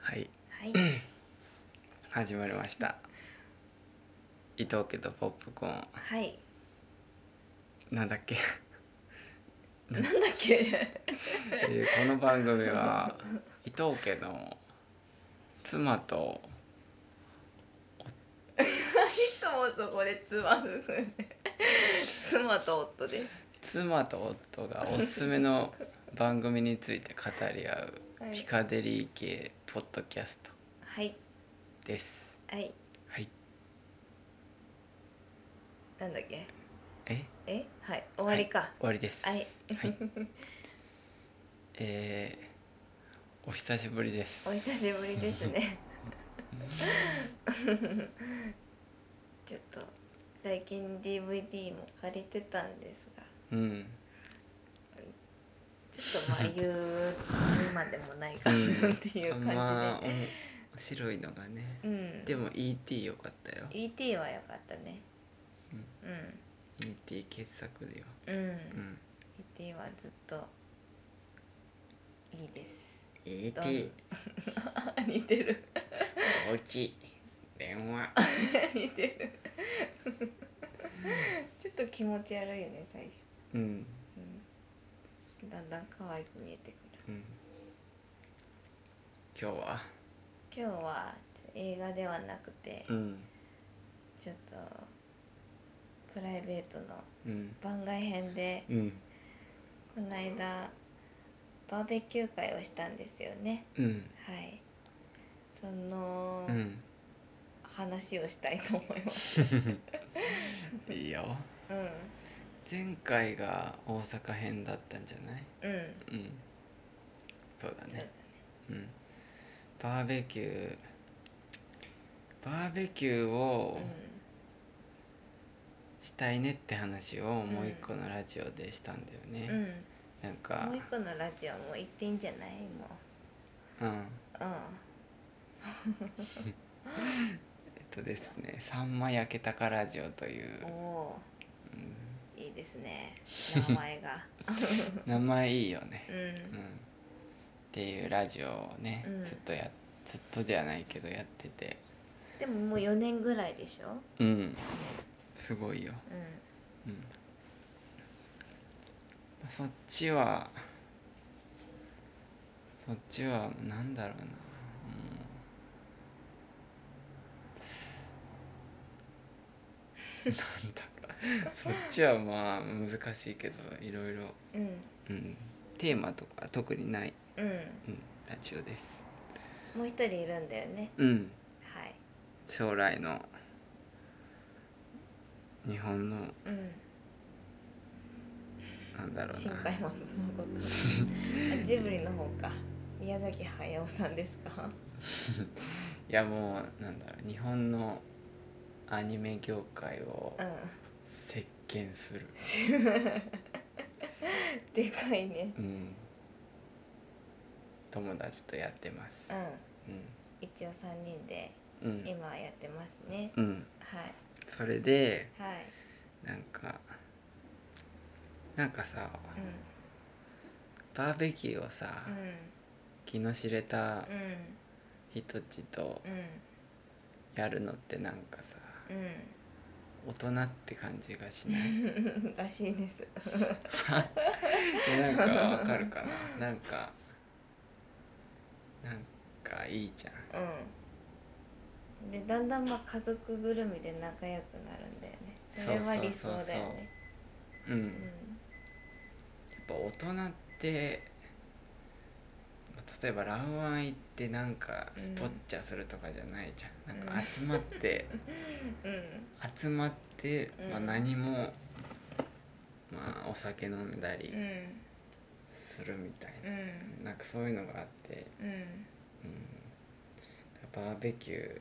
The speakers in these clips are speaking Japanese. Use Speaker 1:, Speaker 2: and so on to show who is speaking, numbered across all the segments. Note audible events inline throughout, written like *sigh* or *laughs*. Speaker 1: はい
Speaker 2: *clears throat* はい、
Speaker 1: 始まりました伊藤家とポップコー
Speaker 2: はい、
Speaker 1: ンなんだっけ、
Speaker 2: なんだっけ
Speaker 1: えーこの番組は伊藤家の妻と
Speaker 2: いつもそこで妻夫婦で妻と夫で
Speaker 1: 妻と夫がおすすめの番組について語り合
Speaker 2: は
Speaker 1: う
Speaker 2: い
Speaker 1: ピカデリー系ポッドキャスト
Speaker 2: はい
Speaker 1: です
Speaker 2: はい
Speaker 1: はい
Speaker 2: なんだっけ
Speaker 1: え
Speaker 2: えはい終わりか
Speaker 1: 終わりです
Speaker 2: はい、
Speaker 1: はいえーお久しぶりです
Speaker 2: お久しぶりですねちょっと最近 DVD も借りてたんですが
Speaker 1: うん
Speaker 2: ちょっとまあ言う言うまでもないか
Speaker 1: う
Speaker 2: なんっていう感じで、
Speaker 1: まあ面白いのがね
Speaker 2: うん
Speaker 1: でも E.T. 良かったよ
Speaker 2: ET は良かったね
Speaker 1: うん
Speaker 2: うん、
Speaker 1: E.T. 傑作だよ
Speaker 2: うん
Speaker 1: うん
Speaker 2: 見てはずっといいです。
Speaker 1: *laughs* E.T.
Speaker 2: 似てる
Speaker 1: おうち電話
Speaker 2: 似てるちょっと気持ち悪いよね最初、
Speaker 1: うん
Speaker 2: うん、だんだん可愛く見えてくる
Speaker 1: うん今日は
Speaker 2: 今日は映画ではなくて、
Speaker 1: うん
Speaker 2: ちょっとプライベートの
Speaker 1: うん
Speaker 2: 番外編で
Speaker 1: うん
Speaker 2: この間バーベキュー会をしたんですよね
Speaker 1: うん
Speaker 2: はいその
Speaker 1: うん
Speaker 2: 話をしたいと思います、
Speaker 1: いいよ
Speaker 2: うん
Speaker 1: 前回が大阪編だったんじゃない
Speaker 2: うん
Speaker 1: うんそうだ
Speaker 2: そ
Speaker 1: ね
Speaker 2: うだね
Speaker 1: うんバーベキューバーベキューを、したいねって話をもう一個のラジオでしたんだよ
Speaker 2: うん、
Speaker 1: ね、
Speaker 2: うん、
Speaker 1: なんか
Speaker 2: もう一個のラジオもう行っていいんじゃないも
Speaker 1: うん
Speaker 2: ううん
Speaker 1: えっとですね「さんま焼けたかラジオ」という、
Speaker 2: おお
Speaker 1: うん
Speaker 2: ーいいですね名
Speaker 1: *laughs*
Speaker 2: 前が
Speaker 1: 名前いいよ
Speaker 2: う
Speaker 1: ね、
Speaker 2: ん
Speaker 1: うんっていうラジオをね、
Speaker 2: うん
Speaker 1: ずっとやずっとじゃないけどやってて
Speaker 2: でももう4年ぐらいでしょ
Speaker 1: うんすごいよ、
Speaker 2: う
Speaker 1: うんまあそっちはそっちはなんだろうな、うん、なんだろうそっちはまあ難しいけどいろいろ、
Speaker 2: んうん
Speaker 1: うん、テーマとか特にない、
Speaker 2: うん
Speaker 1: うん、ラジオです
Speaker 2: もう一人いるんだよね
Speaker 1: うん
Speaker 2: はい
Speaker 1: 将来の日本の
Speaker 2: うん
Speaker 1: なんだろうな
Speaker 2: 新海誠のこと
Speaker 1: *laughs*
Speaker 2: あジブリの方か宮崎駿さんですか
Speaker 1: いやもうなんだろう日本のアニメ業界を
Speaker 2: うん
Speaker 1: 席巻する、
Speaker 2: でかいね
Speaker 1: うん、友達とやってます
Speaker 2: うん
Speaker 1: う
Speaker 2: 一応3人で
Speaker 1: んうん、
Speaker 2: 今やってますね、
Speaker 1: うん、
Speaker 2: はい
Speaker 1: それで
Speaker 2: はい
Speaker 1: なんかなんかさ
Speaker 2: う
Speaker 1: バーベキューをさ、
Speaker 2: ん
Speaker 1: 気の知れた
Speaker 2: うん
Speaker 1: 人たちと
Speaker 2: うん
Speaker 1: やるのってなんかさ
Speaker 2: う
Speaker 1: 大人って感じがしない
Speaker 2: *laughs* んうんらしいです
Speaker 1: いやなんかわかるかななんかなんかいいじゃん
Speaker 2: うんでだんだんまあ家族ぐるみで仲良くなるんだよねそれは理想だよね
Speaker 1: うん、
Speaker 2: う
Speaker 1: やっぱ大人って例えばラウワン行ってなんかスポッチャするとかじゃないじゃん、
Speaker 2: うん
Speaker 1: なんか集まって、
Speaker 2: *laughs* んうん
Speaker 1: 集まって、まあ、
Speaker 2: うん
Speaker 1: 何も、まあ、お酒飲んだり
Speaker 2: うん
Speaker 1: するみたい
Speaker 2: うん
Speaker 1: な、なんかそういうのがあって、
Speaker 2: うん
Speaker 1: うん、バーベキュー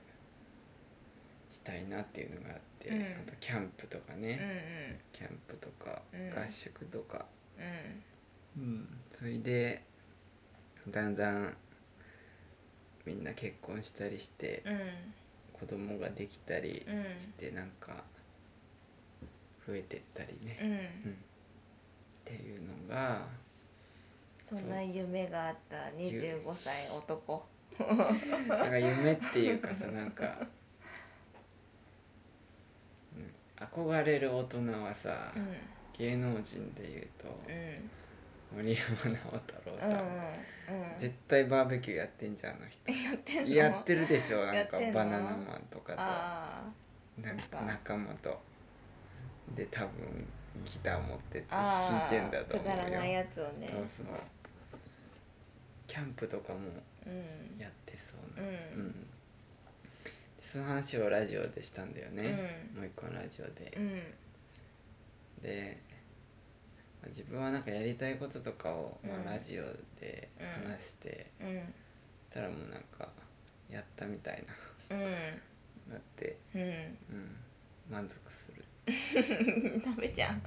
Speaker 1: したいなっていうのがあって、
Speaker 2: うん
Speaker 1: あとキャンプとか
Speaker 2: うん
Speaker 1: ね、キャンプとか
Speaker 2: うん
Speaker 1: 合宿とか、
Speaker 2: うん
Speaker 1: うん、それでだんだんみんな結婚したりして
Speaker 2: うん
Speaker 1: 子供ができたり
Speaker 2: うん
Speaker 1: してなんか増えてったり
Speaker 2: う
Speaker 1: ね、
Speaker 2: ん
Speaker 1: うん、っていうのが
Speaker 2: そんな夢があった25歳男
Speaker 1: なんか夢っていうかさなんか、うん、憧れる大人はさ、
Speaker 2: うん
Speaker 1: 芸能人でいうと、
Speaker 2: うん
Speaker 1: 森山直太朗
Speaker 2: うんうん
Speaker 1: さ、
Speaker 2: うん
Speaker 1: 絶対バーベキューやってんじゃんあの人
Speaker 2: やってんの
Speaker 1: やってるでしょな
Speaker 2: や
Speaker 1: ん
Speaker 2: っ
Speaker 1: か
Speaker 2: てんの
Speaker 1: バナナマンとか
Speaker 2: あ
Speaker 1: となん
Speaker 2: そっ
Speaker 1: か
Speaker 2: か
Speaker 1: 仲間とで多分ギター持ってって
Speaker 2: ーあ
Speaker 1: 弾いてんだと
Speaker 2: ー
Speaker 1: 思
Speaker 2: く
Speaker 1: うよ
Speaker 2: だらないやつをね
Speaker 1: そうそうキャンプとかも
Speaker 2: うん
Speaker 1: やってそうな、
Speaker 2: うん
Speaker 1: でその話をラジオでしたんだよね、
Speaker 2: うん
Speaker 1: もう一個のラジオで、
Speaker 2: うん
Speaker 1: でまあ自分はなんかやりたいこととかを、ま
Speaker 2: うん
Speaker 1: あ、ラジオで話して、
Speaker 2: うん
Speaker 1: たらもうなんかやったみたい
Speaker 2: うん
Speaker 1: ななって、
Speaker 2: うん *laughs*
Speaker 1: うん、満足する
Speaker 2: ダメじゃん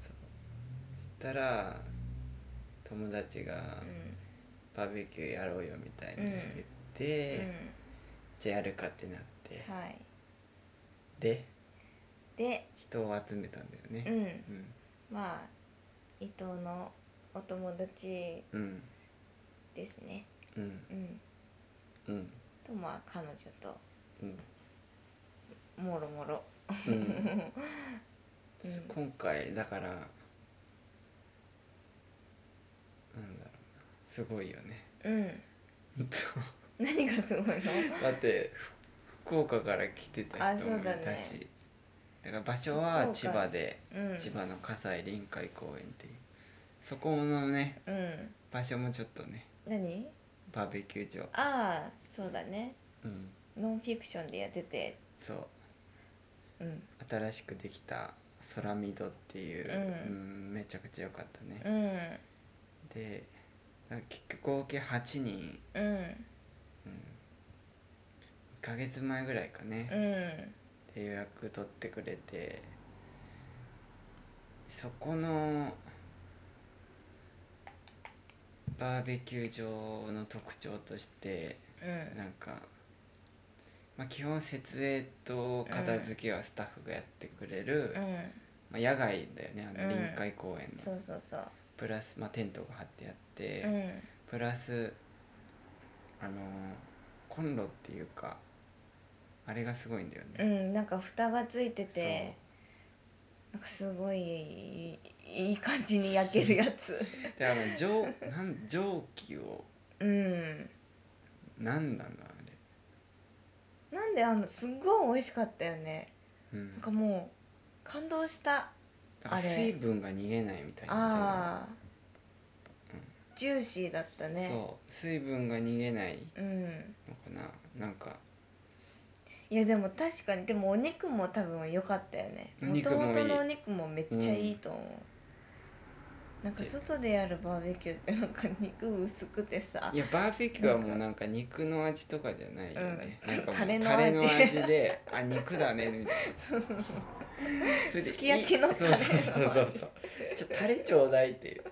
Speaker 1: そしたら友達が
Speaker 2: うん
Speaker 1: バーベキューやろうよみたいに
Speaker 2: うん
Speaker 1: 言って、じゃあやるかってなって、
Speaker 2: うんはい
Speaker 1: で
Speaker 2: で
Speaker 1: 人を集めたんだよ
Speaker 2: う
Speaker 1: ね
Speaker 2: ん
Speaker 1: うん
Speaker 2: まあ伊藤のお友達
Speaker 1: うん
Speaker 2: ですね
Speaker 1: うん
Speaker 2: うん
Speaker 1: うん
Speaker 2: とまあ彼女と
Speaker 1: うん
Speaker 2: もろもろ
Speaker 1: うん
Speaker 2: うん
Speaker 1: 今回だからなんだろうなすごいよね
Speaker 2: *laughs* うん何がすごいの
Speaker 1: だってふ福岡から来てた
Speaker 2: あ
Speaker 1: 人もい
Speaker 2: そうだ
Speaker 1: たしだ,、
Speaker 2: ね
Speaker 1: から場所は
Speaker 2: 福
Speaker 1: 千
Speaker 2: 岡
Speaker 1: 葉で、
Speaker 2: うん
Speaker 1: 千葉の葛西臨海公園っていうそこのね
Speaker 2: うん
Speaker 1: 場所もちょっとね
Speaker 2: 何
Speaker 1: バーベキュー場
Speaker 2: ああそうだね
Speaker 1: うん
Speaker 2: ノンフィクションでやってて
Speaker 1: そう
Speaker 2: うん
Speaker 1: 新しくできた空見戸っていう、
Speaker 2: うん
Speaker 1: うんめちゃくちゃ良かったね、
Speaker 2: うん
Speaker 1: でなんか結局合計8人、
Speaker 2: うん
Speaker 1: うん、1ヶ月前ぐらいか
Speaker 2: う
Speaker 1: ね、
Speaker 2: ん
Speaker 1: で予約取ってくれてそこのバーベキュー場の特徴として
Speaker 2: うん
Speaker 1: なんか、まあ、基本設営と片付けはスタッフがやってくれる、
Speaker 2: うん
Speaker 1: まあ、野外だよねあの
Speaker 2: うん
Speaker 1: 臨海公園の、
Speaker 2: そうそうそう
Speaker 1: プラス、まあ、テントが張ってあって、
Speaker 2: うん
Speaker 1: プラスあのーコンロっていうかあれがすごいんだよ
Speaker 2: う
Speaker 1: ね、
Speaker 2: んなんか蓋がついて
Speaker 1: そう
Speaker 2: てなんかすごいいいいい感じに焼けるや
Speaker 1: *laughs*
Speaker 2: つ
Speaker 1: であの蒸なん蒸気を
Speaker 2: うん
Speaker 1: 何なんだあ
Speaker 2: なんであのすっごい美味しかったよね
Speaker 1: れ、う
Speaker 2: なん
Speaker 1: ん
Speaker 2: か、もう感動した
Speaker 1: だから
Speaker 2: あれ
Speaker 1: 水分が逃げないみたいな
Speaker 2: ああジューシーだった
Speaker 1: 感じ
Speaker 2: ね
Speaker 1: そう水分が逃げない
Speaker 2: うん
Speaker 1: のかななんか
Speaker 2: いやでも確かにでもお肉も多分良かったよね
Speaker 1: お
Speaker 2: もと
Speaker 1: 肉もいい
Speaker 2: もとのお肉もめっちゃいいと思う、なんか外でやるバーベキューってなんか肉薄くてさ
Speaker 1: いやバーベキューはもうなんか肉の味とかじゃないよね、
Speaker 2: うん
Speaker 1: なんかもう
Speaker 2: タレの
Speaker 1: タレ
Speaker 2: 味
Speaker 1: の味であ肉だねみたい
Speaker 2: *laughs*
Speaker 1: なそれです
Speaker 2: き焼きのタレの味
Speaker 1: そうそうそうそうちょタレちょうだいっていう、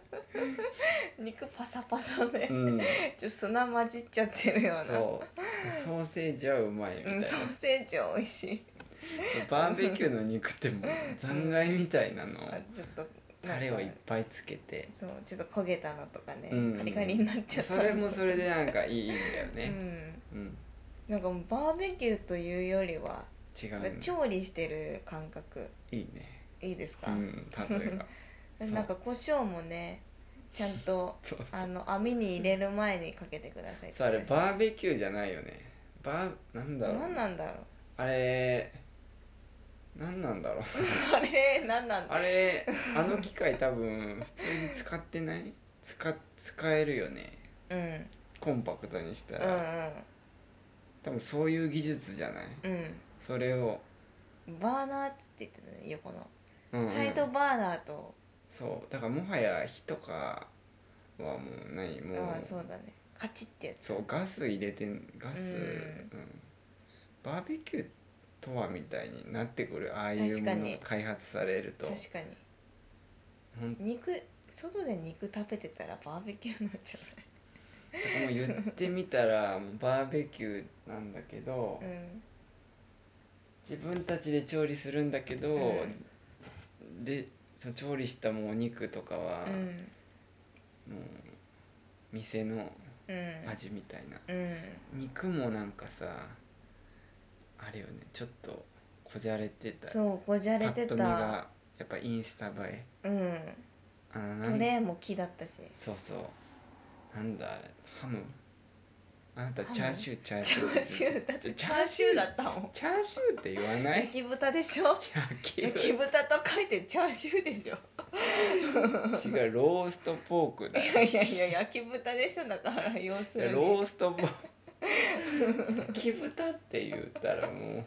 Speaker 2: 肉パサパサで、
Speaker 1: う
Speaker 2: ちょ
Speaker 1: ん、
Speaker 2: っと砂混じっちゃってるような
Speaker 1: そうソーセージはうまいみたい
Speaker 2: ん、
Speaker 1: な、
Speaker 2: ソーセージは美味しい
Speaker 1: バーベキューの肉ってもう残骸みたいなの
Speaker 2: あちょっとなんか
Speaker 1: タレをいっぱいつけて、
Speaker 2: そうちょっと焦げたのとかね、
Speaker 1: うん
Speaker 2: カリカリになっちゃった
Speaker 1: それもそれでなんかいいんだよ
Speaker 2: う
Speaker 1: ね
Speaker 2: ん
Speaker 1: うん、
Speaker 2: なんかもうバーベキューというよりは、
Speaker 1: 違う
Speaker 2: なんか
Speaker 1: ね
Speaker 2: 調理してる感覚
Speaker 1: いいね
Speaker 2: いいです
Speaker 1: う
Speaker 2: か、
Speaker 1: ん例
Speaker 2: *laughs*
Speaker 1: えばそう
Speaker 2: なんか胡椒もねちゃんと
Speaker 1: *laughs* そう
Speaker 2: あの網に入れる前にかけてくださいって
Speaker 1: そうあれ
Speaker 2: ー
Speaker 1: バーベキューじゃないよねバーなんだろう
Speaker 2: 何なんだろう
Speaker 1: あれ何なん
Speaker 2: *laughs*
Speaker 1: だろう
Speaker 2: あれ何なんだ
Speaker 1: あれあの機械多分普通に使ってない使使えるよね
Speaker 2: うん
Speaker 1: コンパクトにした
Speaker 2: う
Speaker 1: ら、
Speaker 2: ん
Speaker 1: 多分そういう技術じゃない
Speaker 2: うん
Speaker 1: それを、
Speaker 2: うんバーナーって言ってたね横の、
Speaker 1: うんうん
Speaker 2: サイドバーナーと
Speaker 1: そうだからもはや火とかはもうないもう、
Speaker 2: ああそうだねカチッってやつ
Speaker 1: そうガス入れてんガス、
Speaker 2: う
Speaker 1: う
Speaker 2: ん
Speaker 1: んバーベキューとはみたいになってくるああいう
Speaker 2: 確
Speaker 1: も
Speaker 2: か
Speaker 1: の
Speaker 2: に
Speaker 1: が開発されると
Speaker 2: 確かに
Speaker 1: ほん
Speaker 2: 肉外で肉食べてたらバーベキューになっちゃ
Speaker 1: もう言ってみたらもうバーベキューなんだけど、
Speaker 2: ううん
Speaker 1: 自分たちで調理するんだけど、
Speaker 2: うん
Speaker 1: でその調理したもうお肉とかは
Speaker 2: うん
Speaker 1: もう店の
Speaker 2: うん
Speaker 1: 味みたいな、
Speaker 2: うん
Speaker 1: 肉もなんかさあれよねちょっとこじゃれてた
Speaker 2: そうこじゃれ
Speaker 1: パッ
Speaker 2: て
Speaker 1: と見
Speaker 2: た
Speaker 1: がやっぱインスタ映え
Speaker 2: う
Speaker 1: あ
Speaker 2: ん
Speaker 1: ーな
Speaker 2: ト
Speaker 1: ん
Speaker 2: レーも木だったし
Speaker 1: そうそうなんだあれハムあなた
Speaker 2: ハム
Speaker 1: チャーシューチャー
Speaker 2: チ
Speaker 1: シ
Speaker 2: ャ
Speaker 1: ュー
Speaker 2: ーシューだって
Speaker 1: チ
Speaker 2: チ
Speaker 1: ャ
Speaker 2: ャ
Speaker 1: ー
Speaker 2: ー
Speaker 1: シ
Speaker 2: シ
Speaker 1: ュ
Speaker 2: ュ
Speaker 1: ー
Speaker 2: ーだったもん
Speaker 1: チャーシューって言わな
Speaker 2: 焼
Speaker 1: い
Speaker 2: き豚でしょ
Speaker 1: 焼
Speaker 2: 焼
Speaker 1: き
Speaker 2: き豚と書いてチャーシューでしょ
Speaker 1: 違うローストポークだ
Speaker 2: いやいやいや焼き豚でしょだから要する
Speaker 1: よ
Speaker 2: に
Speaker 1: ローストポーク *laughs* 焼き豚って言ったらもう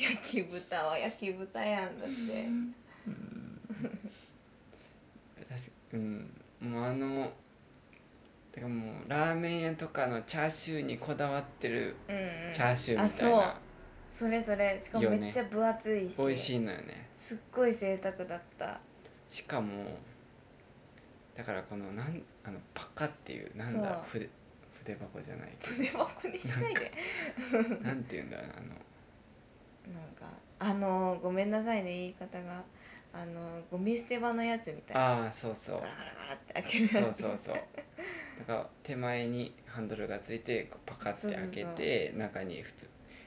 Speaker 2: 焼き豚は焼き豚やんだって
Speaker 1: 私うんもうあのてかもうラーメン屋とかのチャーシューにこだわってる
Speaker 2: うんうん
Speaker 1: チャーシューみたい
Speaker 2: あ
Speaker 1: な、
Speaker 2: そうそれそれしかもめっちゃ分厚いし、
Speaker 1: 美味しいのよね
Speaker 2: すっごい贅沢だった
Speaker 1: しかもだからこのなんあのパカっていうなん
Speaker 2: そ
Speaker 1: だ
Speaker 2: う
Speaker 1: 筆筆箱じゃないけ
Speaker 2: 筆箱にしないで *laughs*
Speaker 1: どなんて言うんだろうなあの
Speaker 2: なんかあのごめんなさいね言い方があのゴミ捨て場のやつみたいな
Speaker 1: ああーそうそう
Speaker 2: ガラガラガラって開ける
Speaker 1: そうそうそうだから手前にハンドルがついてこうパカって開け
Speaker 2: そう
Speaker 1: て中に普通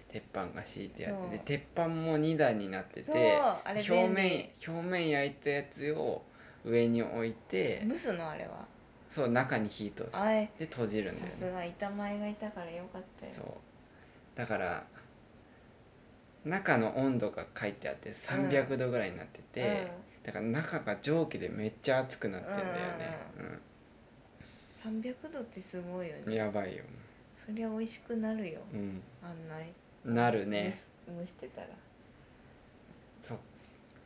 Speaker 1: 鉄板が敷いてあってで
Speaker 2: そう
Speaker 1: 鉄板も2段になって
Speaker 2: そう
Speaker 1: て
Speaker 2: あれ
Speaker 1: 表
Speaker 2: 便
Speaker 1: 面
Speaker 2: 利
Speaker 1: 表面焼いたやつを上に置いて
Speaker 2: 蒸すのあれは
Speaker 1: そう中に火通す
Speaker 2: あえ
Speaker 1: で閉じるんだ
Speaker 2: さ
Speaker 1: よ
Speaker 2: す
Speaker 1: ね
Speaker 2: が板前がいたからよかったよ
Speaker 1: そうだから中の温度が書いてあって300度ぐらいになってて、だから中が蒸気でめっちゃ熱くなってんだよね、
Speaker 2: うん、300度ってすごいよ
Speaker 1: うん、
Speaker 2: ね
Speaker 1: やばいよ、
Speaker 2: そりゃ美味しくなるよ
Speaker 1: うん、
Speaker 2: あんない
Speaker 1: なるね
Speaker 2: 蒸す蒸してたら
Speaker 1: そう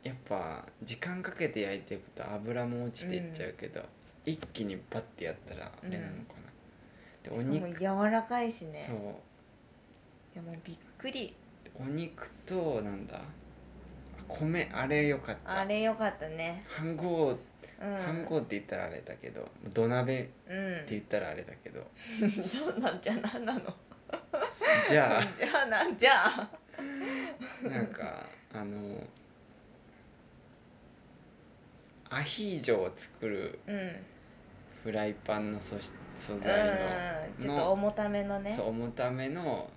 Speaker 1: やっぱ時間かけて焼いていくと油も落ちていっちゃうけど、一気にバッてやったらあれなのかな、
Speaker 2: しか
Speaker 1: でお
Speaker 2: も
Speaker 1: 肉
Speaker 2: 柔らかいしね
Speaker 1: そう
Speaker 2: いやもうびっくり
Speaker 1: でお肉となんだあ米あれよかった
Speaker 2: あれよかったね
Speaker 1: 飯盒
Speaker 2: うん
Speaker 1: 飯盒って言ったらあれだけど土鍋って
Speaker 2: う
Speaker 1: 言っ
Speaker 2: ん
Speaker 1: たらあれだけど、
Speaker 2: *laughs* どうなんじゃなんなの
Speaker 1: じゃあ
Speaker 2: じゃあなんじゃあ
Speaker 1: なんかあのアヒージョを作る
Speaker 2: うんうん
Speaker 1: フライパンの素し素材の、
Speaker 2: ちょっと重ためのね
Speaker 1: そう重ための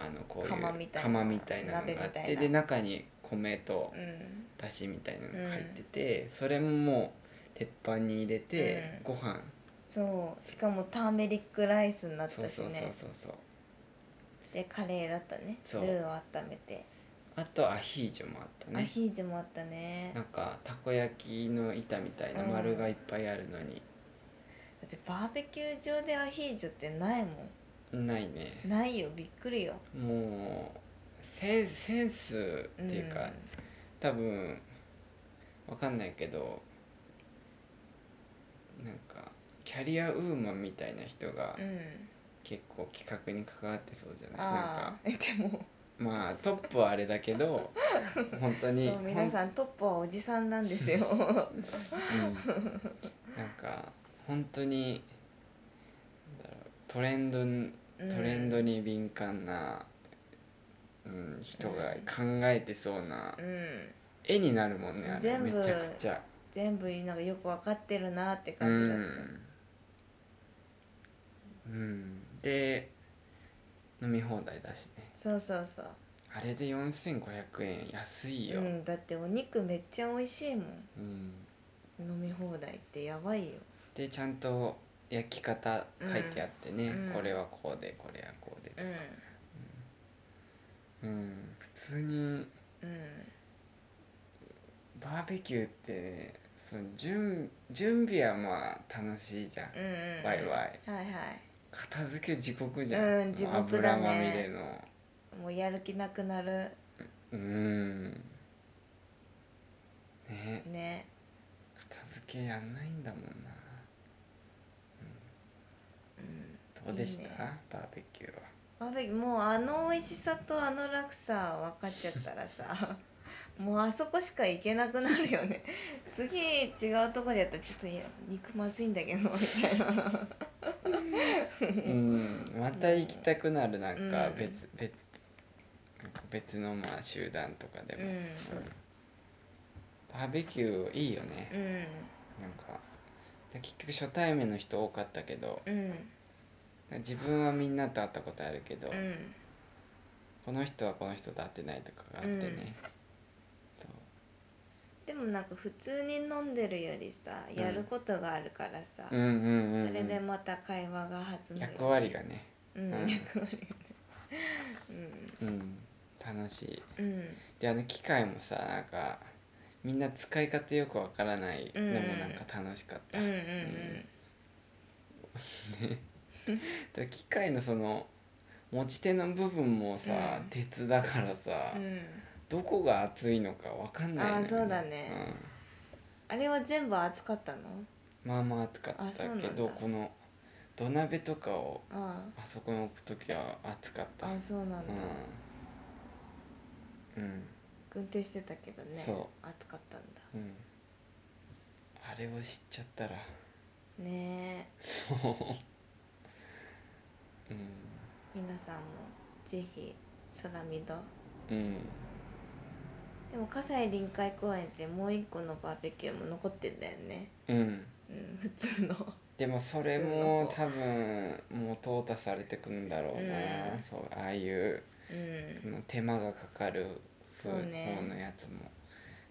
Speaker 1: あのこういう
Speaker 2: 釜みたいな
Speaker 1: 釜みたいなのがあっ
Speaker 2: 鍋みた
Speaker 1: て
Speaker 2: いな
Speaker 1: で中に米と
Speaker 2: うん
Speaker 1: だしみたいなのが入ってて、それももう鉄板に入れて、
Speaker 2: う
Speaker 1: ご
Speaker 2: ん
Speaker 1: 飯
Speaker 2: そうしかもターメリックライスになっ
Speaker 1: そう
Speaker 2: たし
Speaker 1: そうそう
Speaker 2: ね
Speaker 1: そうそう
Speaker 2: でカレーだったね
Speaker 1: そう
Speaker 2: ルーを温め
Speaker 1: あとアヒージョもあった
Speaker 2: てア
Speaker 1: ね
Speaker 2: ヒージョもあったね
Speaker 1: なんかたこ焼きの板みたいな
Speaker 2: うん
Speaker 1: 丸がいっぱいあるのに、
Speaker 2: だってバーベキュー場でアヒージョってないも
Speaker 1: ないね
Speaker 2: んないよびっくりよ
Speaker 1: もうセンセンスっていうか、多分わかんないけどなんかキャリアウーマンみたいな人が
Speaker 2: うんうん
Speaker 1: 結構企画に関わってそうじゃない、なん
Speaker 2: あ
Speaker 1: か
Speaker 2: あ *laughs* でも
Speaker 1: まあトップはあれだけ
Speaker 2: *laughs*
Speaker 1: ど本当に
Speaker 2: そう皆さんトップはおじさんなんですよ
Speaker 1: ほんうん、なんか本当になんだろうトレンドに
Speaker 2: うん
Speaker 1: トレンドに敏感な、うん人が考えてそうな、
Speaker 2: うん
Speaker 1: 絵になるもんねあれ
Speaker 2: 全
Speaker 1: め
Speaker 2: 部
Speaker 1: ちゃくちゃ。
Speaker 2: 全部なんかよく分かってるなって
Speaker 1: う
Speaker 2: 感じだった
Speaker 1: ん、うん、で飲み放題だしね
Speaker 2: そうそうそう
Speaker 1: あれで4500円安いよ、
Speaker 2: う
Speaker 1: うん
Speaker 2: ん、だってお肉めっちゃ美味しいもん飲み放題ってやばいよ
Speaker 1: でちゃんと焼き方書いてあってね、
Speaker 2: うん
Speaker 1: これはこうでこれはこうで
Speaker 2: うん
Speaker 1: うん普通に
Speaker 2: うん
Speaker 1: バーベキューってその準準備はまあ楽しいじゃん
Speaker 2: うんうんうん
Speaker 1: ワイワイ
Speaker 2: はいは
Speaker 1: 片付け地獄じゃん、
Speaker 2: うん地
Speaker 1: もう
Speaker 2: 獄だね
Speaker 1: 油まみれの
Speaker 2: いもうやる気なくなる
Speaker 1: うんね
Speaker 2: ね
Speaker 1: 片付けやんないんだもんな
Speaker 2: うん
Speaker 1: どうでした
Speaker 2: いいね
Speaker 1: バーベキューは
Speaker 2: バーベキューもうあの美味しさとあの楽さ分かっちゃった
Speaker 1: *laughs*
Speaker 2: らさもうあそこしか行けなくなるよね次違うとこでやったらちょっといや肉まずいんだけどみたいな
Speaker 1: うんまた行きたくなるなんか
Speaker 2: うん
Speaker 1: 別、別なんか別のまあ集団とかで
Speaker 2: う
Speaker 1: も、
Speaker 2: ん
Speaker 1: バーベキューいいよね、
Speaker 2: うん
Speaker 1: なんから結局初対面の人多かったけど
Speaker 2: うん
Speaker 1: 自分はみんなと会ったことあるけど、
Speaker 2: うん
Speaker 1: この人はこの人と会ってないとかがあってね、
Speaker 2: でもなんか普通に飲んでるよりさ
Speaker 1: うん
Speaker 2: やることがあるからさ、
Speaker 1: そううんうんうんうん
Speaker 2: それでまた会話が弾むよね
Speaker 1: 役割がね、
Speaker 2: うん
Speaker 1: うん
Speaker 2: 役割がね
Speaker 1: うん、楽しい
Speaker 2: うんうん
Speaker 1: であの機械もさなんかみんな使い方よくわからないのもなんか楽しかった、
Speaker 2: うんうん
Speaker 1: で機械のその持ち手の部分もさ、
Speaker 2: うん
Speaker 1: 鉄だからさ、
Speaker 2: うんうん
Speaker 1: どこが熱いのかわかんない
Speaker 2: あーそうだねあれは全部熱かったの
Speaker 1: うんまあまあ暑かっ
Speaker 2: あそう
Speaker 1: た
Speaker 2: なんだ
Speaker 1: けどこの土鍋とかを
Speaker 2: あ
Speaker 1: あそこに置く時は暑かっ
Speaker 2: あ
Speaker 1: た
Speaker 2: あそうなんだ、
Speaker 1: うん、うん
Speaker 2: 運転してたけどね
Speaker 1: そ
Speaker 2: 暑かったんだ
Speaker 1: うん、あれを知っちゃったら *laughs*
Speaker 2: ね
Speaker 1: もう
Speaker 2: え皆さんもぜひ空見ど
Speaker 1: うんうん
Speaker 2: でも葛西臨海公園ってもう一個のバーベキューも残ってんだよね
Speaker 1: うん
Speaker 2: うん普通の
Speaker 1: でもそれも多分もう淘汰されてくんだろうな、
Speaker 2: うん
Speaker 1: そうああいう
Speaker 2: うん
Speaker 1: 手間がかかる
Speaker 2: そ
Speaker 1: 方
Speaker 2: う
Speaker 1: の
Speaker 2: ね
Speaker 1: やつも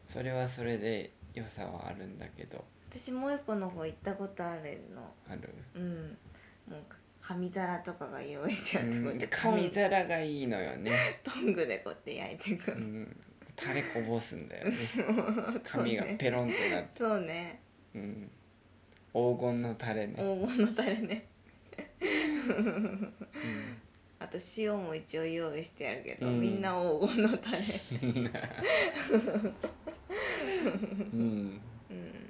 Speaker 1: それはそれで良さはあるんだけど
Speaker 2: 私もう一個の方行ったことあるの
Speaker 1: ある、
Speaker 2: うんもうか紙皿とかが用意してあ
Speaker 1: う
Speaker 2: っ
Speaker 1: *laughs*
Speaker 2: てこうやっ
Speaker 1: ん、で
Speaker 2: てトン
Speaker 1: 紙皿がいいのよね、
Speaker 2: トングでこうやって焼いていうくの、
Speaker 1: ん、垂れこぼすん *laughs* だよね
Speaker 2: そう
Speaker 1: 紙
Speaker 2: ね
Speaker 1: がペロンってなって、
Speaker 2: そうね
Speaker 1: うん、黄金の垂れね、
Speaker 2: 黄金のタレね
Speaker 1: うん
Speaker 2: あと塩も一応用意してあるけど、
Speaker 1: うん
Speaker 2: みんな黄金
Speaker 1: *laughs*
Speaker 2: のタレ
Speaker 1: うん、
Speaker 2: うん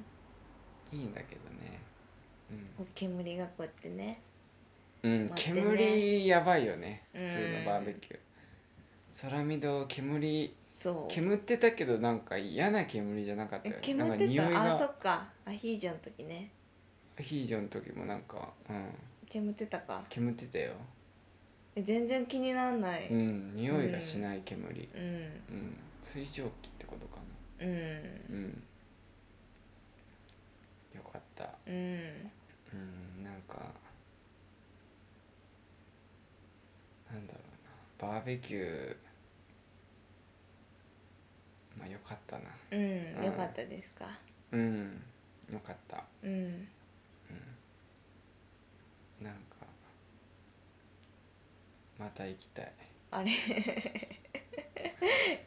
Speaker 1: いいんだけどね。
Speaker 2: こう煙がこうやってね
Speaker 1: うん、うん、
Speaker 2: 待ってね
Speaker 1: 煙やばいよね。
Speaker 2: うん
Speaker 1: 普通のバーベキュー。空見堂煙
Speaker 2: そう
Speaker 1: 煙ってたけどなんか嫌な煙じゃなかったよ
Speaker 2: え
Speaker 1: ね。
Speaker 2: 煙っ
Speaker 1: なんか
Speaker 2: て
Speaker 1: 匂い
Speaker 2: たあそ
Speaker 1: が
Speaker 2: っかアヒージョの時ね
Speaker 1: アヒージョの時もなんかうん
Speaker 2: 煙ってたか
Speaker 1: 煙ってたよ。
Speaker 2: え全然気にならない
Speaker 1: うん匂いがしない煙。
Speaker 2: うん
Speaker 1: うん水蒸気ってことか
Speaker 2: うん
Speaker 1: な。うん。よかった。
Speaker 2: うん、
Speaker 1: うんなんかなんだろうなバーベキューまあよかったな
Speaker 2: うん
Speaker 1: うん
Speaker 2: よかったですか
Speaker 1: うんよかった
Speaker 2: うん
Speaker 1: なんかまた行きたい、
Speaker 2: あれ *laughs*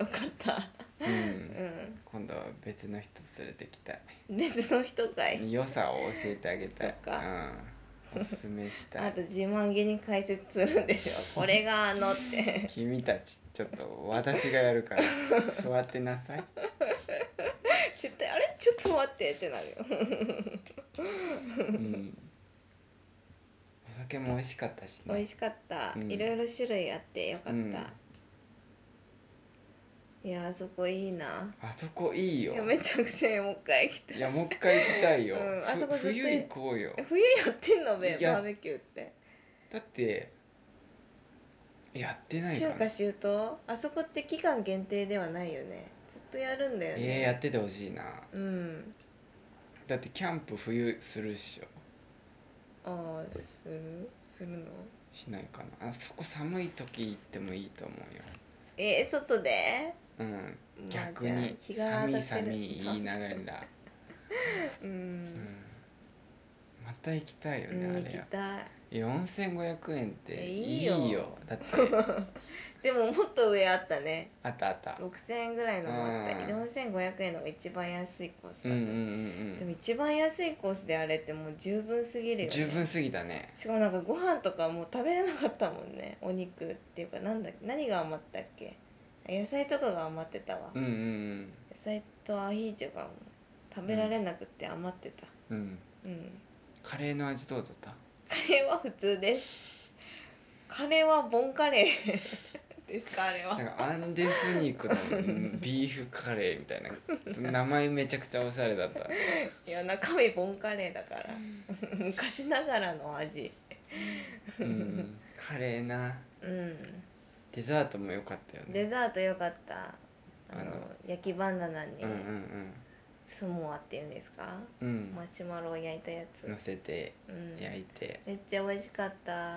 Speaker 2: よかった
Speaker 1: う、
Speaker 2: うんん
Speaker 1: 今度は別の人連れてきたい、
Speaker 2: 別の人かい
Speaker 1: 良さを教えてあげたい
Speaker 2: そっか
Speaker 1: うん、おすすめした
Speaker 2: *laughs* あ
Speaker 1: い
Speaker 2: と自慢げに解説するんで
Speaker 1: *laughs*
Speaker 2: しょこれがあのって
Speaker 1: 君たちちょっと私がやるから
Speaker 2: *laughs*
Speaker 1: 座ってなさい
Speaker 2: 絶対あれちょっと待ってってなるよ
Speaker 1: うんお酒も美味しかったしね
Speaker 2: 美味しかった、
Speaker 1: うん
Speaker 2: いろいろ種類あってよかった、
Speaker 1: うん
Speaker 2: いやあそこいいな
Speaker 1: あそこいい
Speaker 2: い
Speaker 1: よ
Speaker 2: やめちゃくちゃもう一回行きたい
Speaker 1: いやもう一回行きたいよ、
Speaker 2: うんあそこ
Speaker 1: ふ
Speaker 2: 絶対
Speaker 1: 冬行こうよ
Speaker 2: え冬やってんのべ
Speaker 1: いや
Speaker 2: バーベキューって
Speaker 1: だってやってないか
Speaker 2: 春
Speaker 1: な
Speaker 2: 夏秋冬あそこって期間限定ではないよねずっとやるんだよね
Speaker 1: えー、やっててほしいな
Speaker 2: うん
Speaker 1: だってキャンプ冬するっしょ
Speaker 2: ああするするの
Speaker 1: しないかなあそこ寒い時行ってもいいと思うよ
Speaker 2: えー、外で
Speaker 1: うん
Speaker 2: まあ
Speaker 1: 逆に
Speaker 2: じゃあ
Speaker 1: 寒い寒い
Speaker 2: 日が
Speaker 1: 言い
Speaker 2: 当
Speaker 1: な
Speaker 2: たって
Speaker 1: が
Speaker 2: る
Speaker 1: ら、
Speaker 2: う
Speaker 1: うん
Speaker 2: ん、
Speaker 1: また行きたいよ
Speaker 2: うん
Speaker 1: ね、あ
Speaker 2: 行
Speaker 1: れ
Speaker 2: き
Speaker 1: や
Speaker 2: たい
Speaker 1: 4500円って
Speaker 2: え
Speaker 1: い
Speaker 2: いい
Speaker 1: い
Speaker 2: よ
Speaker 1: よだって
Speaker 2: でももっと上あったね
Speaker 1: あったあった
Speaker 2: 6000円ぐらいのもあった
Speaker 1: うん
Speaker 2: 4500円のが一番安いコース
Speaker 1: う
Speaker 2: だ
Speaker 1: んう
Speaker 2: っ
Speaker 1: ん
Speaker 2: た、
Speaker 1: う
Speaker 2: で
Speaker 1: ん
Speaker 2: も一番安いコースであれってもう十分すぎ
Speaker 1: う
Speaker 2: るよ
Speaker 1: ん
Speaker 2: ね
Speaker 1: 十分すぎたね
Speaker 2: しかもなんかご飯とかもう食べれなかったもんねお肉っていうかなんだ何が余ったっけ野菜とかが余ってたわ、
Speaker 1: う
Speaker 2: 野
Speaker 1: んうん
Speaker 2: 菜とアヒージョがもう食べられなくて余ってた
Speaker 1: うんうん
Speaker 2: うん
Speaker 1: カレーの味どうだった
Speaker 2: カレーは普通ですカレーはボンカレー *laughs* ですかあれは
Speaker 1: なんかアンデス肉のうんビーフカレーみたいな名前めちゃくちゃおしゃれだった
Speaker 2: いや中身ボンカレーだから *laughs* 昔ながらの味
Speaker 1: うんカレーな
Speaker 2: うん
Speaker 1: デザートも良かったよね
Speaker 2: デザート良かったあの
Speaker 1: あの
Speaker 2: 焼きバナナに
Speaker 1: うんうんうん
Speaker 2: スモアっていうんですか
Speaker 1: うん
Speaker 2: マシュマロを焼いたやつ
Speaker 1: 乗せて
Speaker 2: うん
Speaker 1: 焼いて
Speaker 2: めっちゃ美味しかった